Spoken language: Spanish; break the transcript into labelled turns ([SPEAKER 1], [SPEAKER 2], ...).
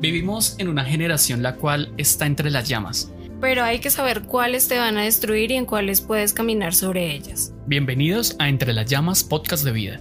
[SPEAKER 1] Vivimos en una generación la cual está entre las llamas.
[SPEAKER 2] Pero hay que saber cuáles te van a destruir y en cuáles puedes caminar sobre ellas.
[SPEAKER 1] Bienvenidos a Entre las llamas, podcast de vida.